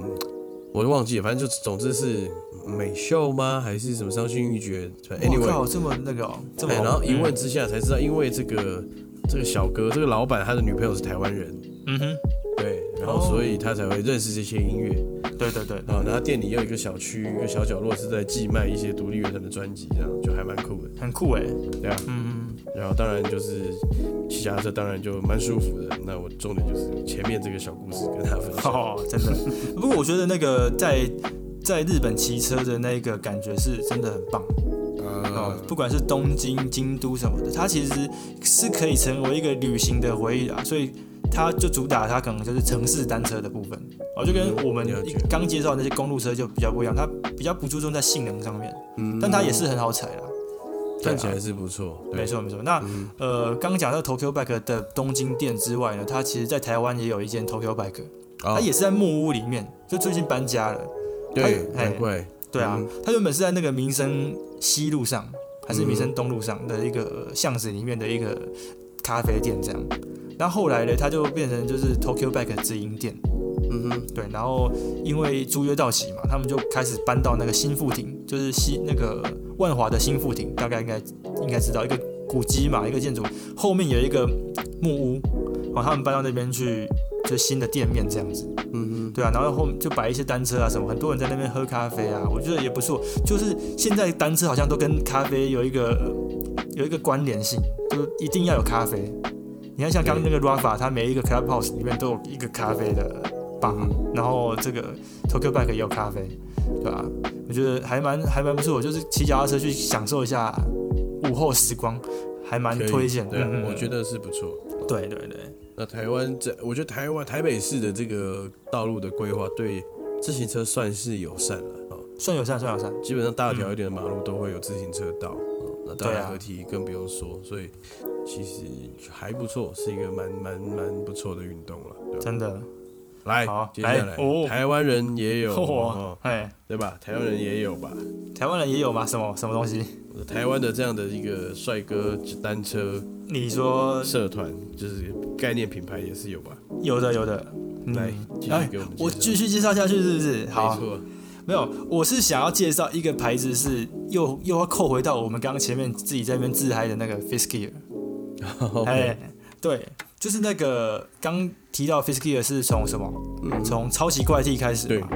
我忘记了，反正就总之是美秀吗？还是什么伤心欲绝反正我哎？Anyway，靠，这么那个哦，这么哎红然后一问，之下才知道，因为这个这个小哥，这个老板他的女朋友是台湾人，嗯哼，对，然后哦所以他才会认识这些音乐对对对，啊。然后店里又有一个小区，一个小角落是在寄卖一些独立乐团的专辑，这样就还蛮酷的，很酷哎。对啊。嗯然后当然就是骑脚踏车，当然就蛮舒服的。那我重点就是前面这个小故事跟他分嗯，享。哦，真的。 不过我觉得那个在。在日本骑车的那个感觉是真的很棒哦呃，不管是东京、京都什么的，它其实是可以成为一个旅行的回忆啊。所以它就主打它可能就是城市单车的部分，哦，就跟我们嗯了解刚介绍的那些公路车就比较不一样，它比较不注重在性能上面，嗯但它也是很好踩啦。对啊看起来是不错，对没，错没错。那嗯呃，刚讲到 Tokyo Bike 的东京店之外呢，它其实在台湾也有一间 Tokyo Bike，啊它也是在木屋里面，就最近搬家了。对，哎难怪，对啊，它原本是在那个民生西路上还是民生东路上的一个巷子里面的一个咖啡店这样。然后后来呢，它就变成就是 Tokyo Bike 直营店，嗯哼，对。然后因为租约到期嘛，他们就开始搬到那个新富町，就是西那个万华的新富町，大概应该应该知道一个古迹嘛，一个建筑后面有一个木屋，哦，他们搬到那边去，就新的店面这样子。嗯对啊，然后后面就摆一些单车啊什么，很多人在那边喝咖啡啊，我觉得也不错。就是现在单车好像都跟咖啡有一个有一个关联性，就是一定要有咖啡。你看像刚刚那个 Rafa，他每一个 Clubhouse 里面都有一个咖啡的吧，嗯然后这个 Tokyo Bike 也有咖啡，对吧、我觉得还蛮还蛮不错，就是骑脚踏车去享受一下午后时光，还蛮哼，可以推荐的。对啊嗯，我觉得得是不错。对对对，那台湾这，我觉得台湾台北市的这个道路的规划对自行车算是友善了啊，算有善算有善，基本上大条一点的马路都会有自行车道，啊那当对然啊合体更不用说，所以其实还不错，是一个蛮蛮蛮不错的运动了，对吧？真的来好，接下来哦来台湾人也 有，哦哦，哎。对吧？台湾人也有吧？台湾人也有吗？什么什么东西？台湾的这样的一个帅哥单车你说社团，就是概念品牌也是有吧？有的有的，来嗯，继哎续给我们介绍。我继续介绍下去是不是？没好，错，没有，我是想要介绍一个牌子是，又又要扣回到我们刚刚前面自己在那边自嗨的那个 Fiskier，哎，对，就是那个刚提到 Fiskier 是从什么？从超级怪癖开始嗯对嘛。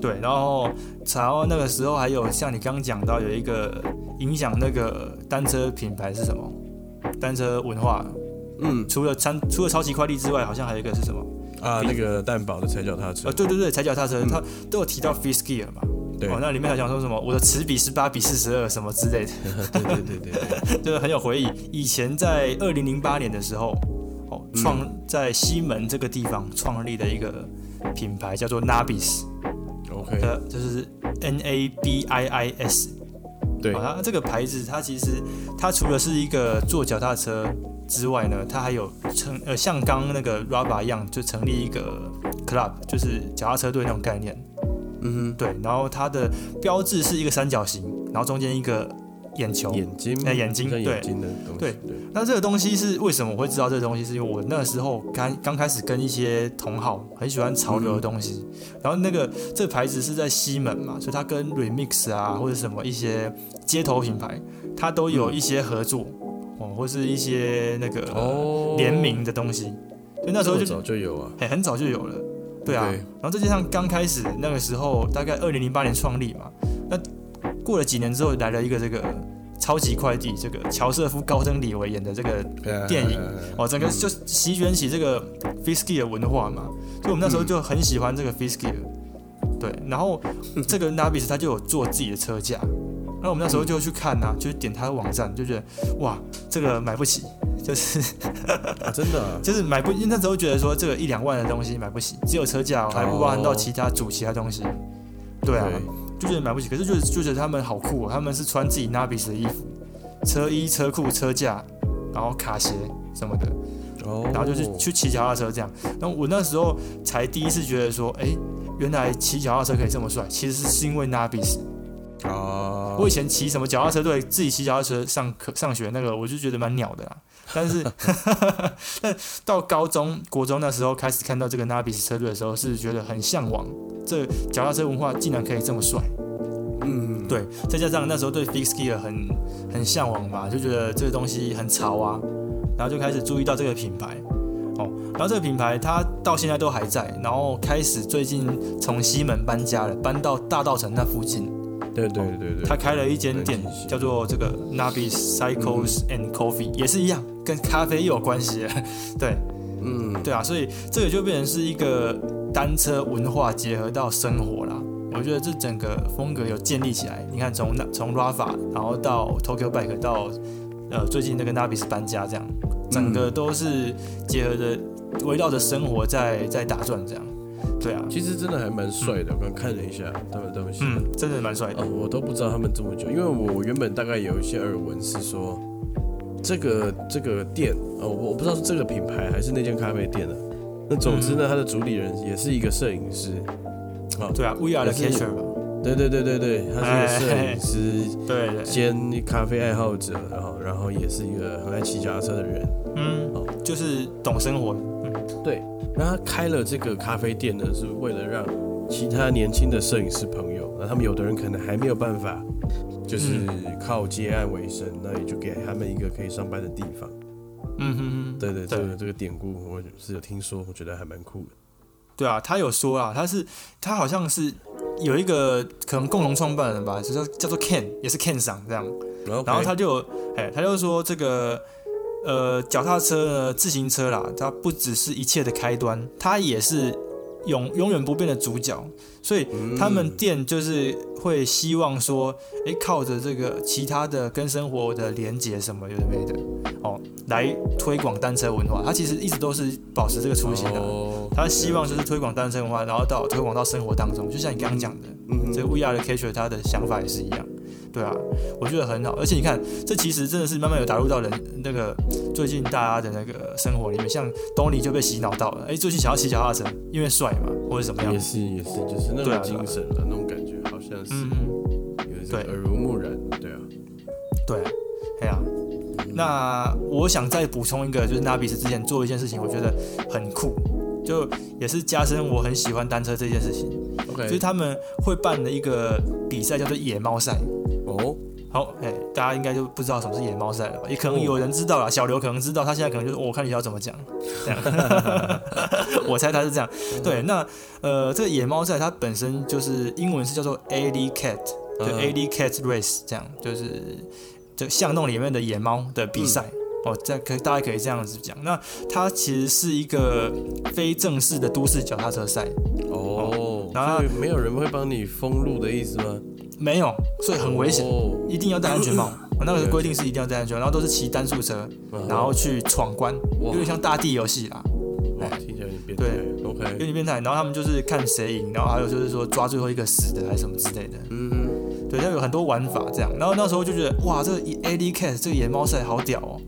对，然后，然后那个时候还有像你刚讲到有一个影响那个单车品牌是什么？单车文化， 嗯除了餐除了超级快递之外，好像还有一个是什么？啊，那个蛋堡的踩脚踏车哦呃，，对对对，踩脚踏车，它都有提到 Fiskier 嘛。对哦，那里面还讲说什么我的齿比十八比四十二什么之类的， 对对对对对，就是很有回忆。以前在二零零八年的时候，哦，创在西门这个地方创立的一个品牌叫做 Nabis， ，OK，呃，就是 N A B I I S。对好，哦它这个牌子，它其实它除了是一个做脚踏车之外呢，它还有成呃像刚刚那个 Raba 一样，就成立一个 club，就是脚踏车队那种概念。嗯对，然后它的标志是一个三角形，然后中间一个眼球哼，。眼睛，哎眼睛像对眼睛的东西，对对那这个东西是为什么我会知道这个东西？是因为我那时候刚刚开始跟一些同好很喜欢潮流的东西，嗯然后那个这个牌子是在西门嘛，所以它跟 Remix 啊或者什么一些街头品牌，它都嗯有一些合作、哦，或是一些那个、哦，呃联名的东西，所以那时候这么就早就有啊，哎、很早就有了，对啊。 OK 然后再加上刚开始那个时候，大概二零零八年创立嘛，那过了几年之后来了一个这个超级快递，这个乔瑟夫·高登·李维演的这个呃电影哦，整个就席卷起这个 f i s k y 的文化嘛，所以我们那时候就很喜欢这个 f i s k y 对，然后这个 Navis 他就有做自己的车架，然后我们那时候就去看呐、就点他的网站，就觉得哇，这个买不起，就是啊，真的啊就是买不，因为那时候觉得说这个一两万的东西买不起，只有车架、哦、还不包含到其他主其他东西。 对啊，就觉得买不起，可是就就觉得他们好酷、哦，他们是穿自己 Nabis 的衣服，车衣、车裤、车架，然后卡鞋什么的，哦，然后就是去骑脚踏车这样。然后我那时候才第一次觉得说，哎，原来骑脚踏车可以这么帅，其实是因为 Nabis。啊，我以前骑什么脚踏车队，自己骑脚踏车上课上学那个，我就觉得蛮鸟的啦。但是， 但到高中、国中那时候开始看到这个 Nabis 车队的时候，是觉得很向往，这脚踏车文化竟然可以这么帅。嗯，对，再加上那时候对 Fix Gear 很很向往吧，就觉得这个东西很潮啊，然后就开始注意到这个品牌。哦，然后这个品牌它到现在都还在，然后开始最近从西门搬家了，搬到大道城那附近。对对对对，他开了一间店对，叫做这个 Nabis Cycles and Coffee，、也是一样，跟咖啡又有关系 了。对，嗯，对啊，所以这个就变成是一个单车文化结合到生活啦。我觉得这整个风格有建立起来。你看从，那从 Rafa，然后到 Tokyo Bike，到呃最近那个 Nabis 搬家这样，整个都是结合着围绕着生活在在打转这样。对啊，其实真的还蛮帅的，我刚看了一下他们他们写的嗯，真的蛮帅的。哦，我都不知道他们这么久，因为我原本大概有一些耳闻是说，这个这个店，哦，我我不知道是这个品牌还是那间咖啡店的。啊那总之呢，嗯它的主理人也是一个摄影师，对啊，We are the 也是 catcher 吧？对对对对嗯对，他是一个摄影师对对，兼咖啡爱好者，然后然后也是一个很爱骑脚踏车的人。哦嗯，就是懂生活。嗯，对，那他开了这个咖啡店呢，是为了让其他年轻的摄影师朋友，那他们有的人可能还没有办法，就是靠接案为生，那也就给他们一个可以上班的地方。嗯哼哼，对对，对这个这个典故我是有听说，我觉得还蛮酷的。对啊，他有说啊，他是他好像是有一个可能共同创办人吧，就叫叫做 Ken，也是 Ken 赏这样。然后，然后他就有哎，他就说这个呃，脚踏车呢，自行车啦，它不只是一切的开端，它也是永永远不变的主角。所嗯以他们店就是会希望说，哎，靠着这个其他的跟生活的连接什么有的没的哦，来推广单车文化。他其实一直都是保持这个初心的。哦，他希望就是推广单身文化，然后到推广到生活当中，就像你刚刚讲的，嗯这个 VR 的 Catcher 他的想法也是一样，对啊，我觉得很好。而且你看，这其实真的是慢慢有打入到人那个最近大家的那个生活里面，像东尼就被洗脑到了，哎，最近想要骑脚踏车，因为帅嘛，或者怎么样也，是也是，就是那对啊种精神的那种感觉，好像是嗯嗯，有一种对耳濡目染，对啊。对，哎呀、那我想再补充一个，就是 Nabis 之前做一件事情，我觉得很酷，就也是加深我很喜欢单车这件事情。 OK，就是他们会办的一个比赛，叫做野猫赛。哦，好，哎、大家应该就不知道什么是野猫赛了吧？也可能有人知道了，小刘可能知道，他现在可能就是、哦我看你要怎么讲， 这样，我猜他是这样。对，那呃，这个野猫赛它本身就是英文是叫做 Alley Cat，就嗯 Alley Cat Race，这样就是就巷弄里面的野猫的比赛。哦，这样可以大家可以这样子讲，那它其实是一个非正式的都市脚踏车赛，哦，哦，然后所以没有人会帮你封路的意思吗？没有，所以很危险，哦一定要戴安全帽。我那个规定是一定要戴安全帽，然后都是骑单速车，啊然后去闯关，有嗯哇点像大地游戏啦，哇，听起来有点变态。有 OK，点变态。然后他们就是看谁赢，然后还有就是说抓最后一个死的还是什么之类的。嗯哼，对，它有很多玩法这样。然后那时候就觉得，哇，这个 A D Cat 这个野猫赛好屌哦，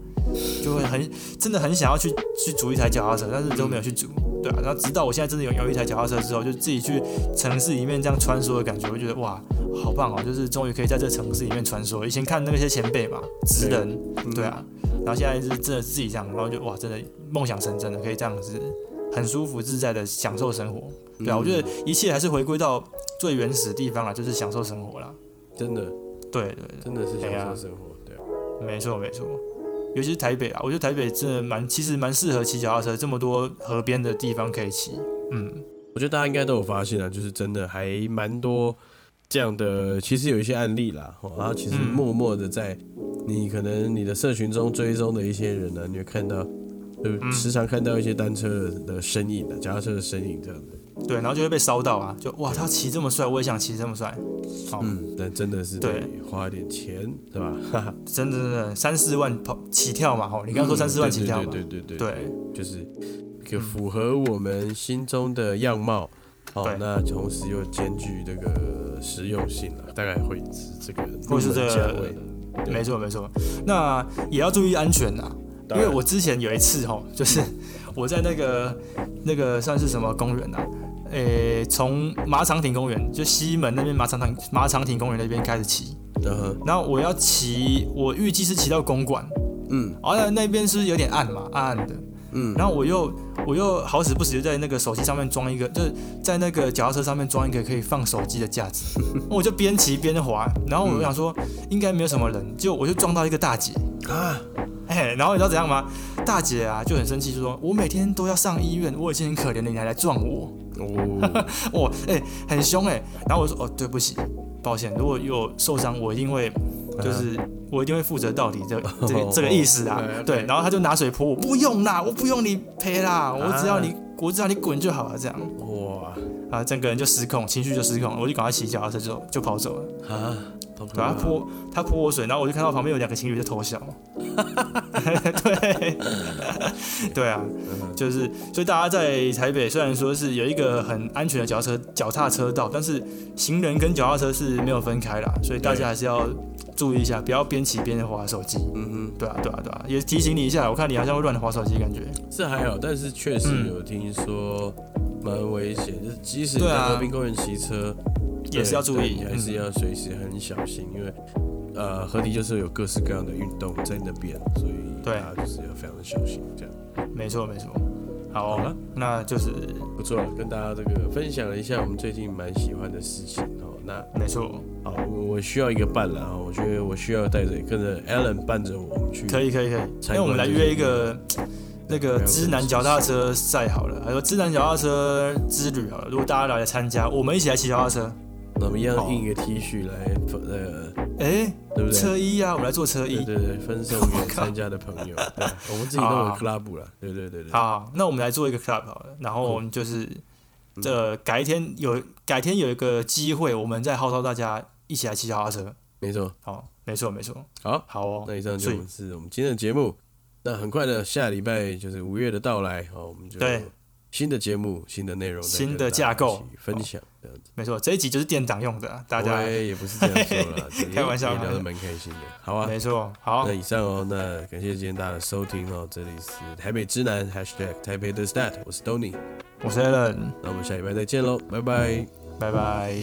就会很真的很想要去去组一台脚踏车，但是都没有去组。对啊，然后直到我现在真的有有一台脚踏车之后，就自己去城市里面这样穿梭的感觉，我就觉得哇，好棒哦！就是终于可以在这城市里面穿梭。以前看那些前辈嘛，职人，嗯对，啊，然后现在就是真的自己这样，然后就哇，真的梦想成真了，可以这样子很舒服自在的享受生活。嗯对啊，我觉得一切还是回归到最原始的地方啦，就是享受生活啦。真的对对对，真的是哎呀享受生活，对啊，没错没错，尤其是台北啊，我觉得台北真的蛮，其实蛮适合骑脚踏车，这么多河边的地方可以骑。嗯，我觉得大家应该都有发现啊，就是真的还蛮多这样的，其实有一些案例啦，哦然后其实嗯默默的在你可能你的社群中追踪的一些人啊呢、你会看到，就嗯时常看到一些单车的身影啊，脚踏车的身影这样的，对，然后就会被烧到啊，就哇，他骑这么帅，我也想骑这么帅。哦好，嗯，但真的是得对花一点钱，是吧？哈哈，真的真的三四万跑起跳嘛，吼，你刚刚说三四万起跳嘛，嗯对对对对对对就是可符合我们心中的样貌。哦对，那同时又兼具这个实用性啊，大概会是这个入或是门这价个位，对没错没错，那也要注意安全啊。因为我之前有一次吼，就是我在那个那个算是什么公园啊？诶、从马场町公园就西门那边马场町马场町公园那边开始骑，嗯哼然后我要骑，我预计是骑到公馆，嗯然哦后那边是有点暗嘛，暗暗的，嗯，然后我又我又好死不死就在那个手机上面装一个，就是在那个脚踏车上面装一个可以放手机的架子，我就边骑边滑，然后我想说应该没有什么人，结果我就撞到一个大姐，啊，哎，然后你知道怎样吗？大姐啊就很生气，就说：“我每天都要上医院，我已经很可怜了，你还来撞我，哦，我哎、很凶哎、然后我就说：“哦，对不起，抱歉，如果有受伤，我一定会就是、我一定会负责到底这 这个这个意思啊。嗯哦对，然后他就拿水泼我，不用啦，我不用你赔啦，我啊只要你、我只要你滚就好了，这样哇啊，整个人就失控，情绪就失控，我就赶快骑脚踏车就就跑走了。啊，好可对怕他泼他泼我水，然后我就看到旁边有两个情侣在偷笑。 对， 对啊，嗯就是所以大家在台北虽然说是有一个很安全的脚踏车脚踏车道，但是行人跟脚踏车是没有分开啦，所以大家还是要注意一下，不要边骑边滑手机。嗯对啊，对啊，对啊，也提醒你一下，我看你好像会乱滑手机，感觉。是还好，但是确实嗯有听说蛮危险，就是即使你对在啊和平公园骑车，也是要注意对，还是嗯要随时很小心，因为呃，河堤就是有各式各样的运动在那边，所以对大家就是要非常的小心，这样没错，没错。好、好了哦，那就是不错了，跟大家这个分享了一下我们最近蛮喜欢的事情哦。那没错，好，我我需要一个伴郎哦，我觉得我需要带着跟着 Alan 伴着我们去，可以可以可以，嗯参观那我们来这些约一个那个知南脚踏车赛好了，还有知南脚踏车之旅好了。如果大家来参加，我们一起来骑脚踏车。那我们一好样印一个 T 恤来呃，哎、对不对？车衣啊，我们来做车对衣。对对，分送给参加的朋 友，对，我们自己都有好好 club 了，对对对对，好，那我们来做一个 club 好了，然后我们就是嗯这、呃改天有改天有一个机会，我们再号召大家一起来骑脚踏车。没错。好，没错没错，好，好哦，那以上就所以我们是我们今天的节目。那很快的，下礼拜就是五月的到来，好，我们就对新的节目、新的内容、新的架构分享，这样子。没错，这一集就是店长用的啊，大家我也也不是这样说 啦，只是开玩笑也聊开玩得笑蛮开心的。好啊，没错，好那，以上哦，那感谢今天大家的收听哦，这里是台北之南 #hashtag 台北的 stat，我是 Tony，我是 Allen，那我们下礼拜再见喽，拜拜。拜拜。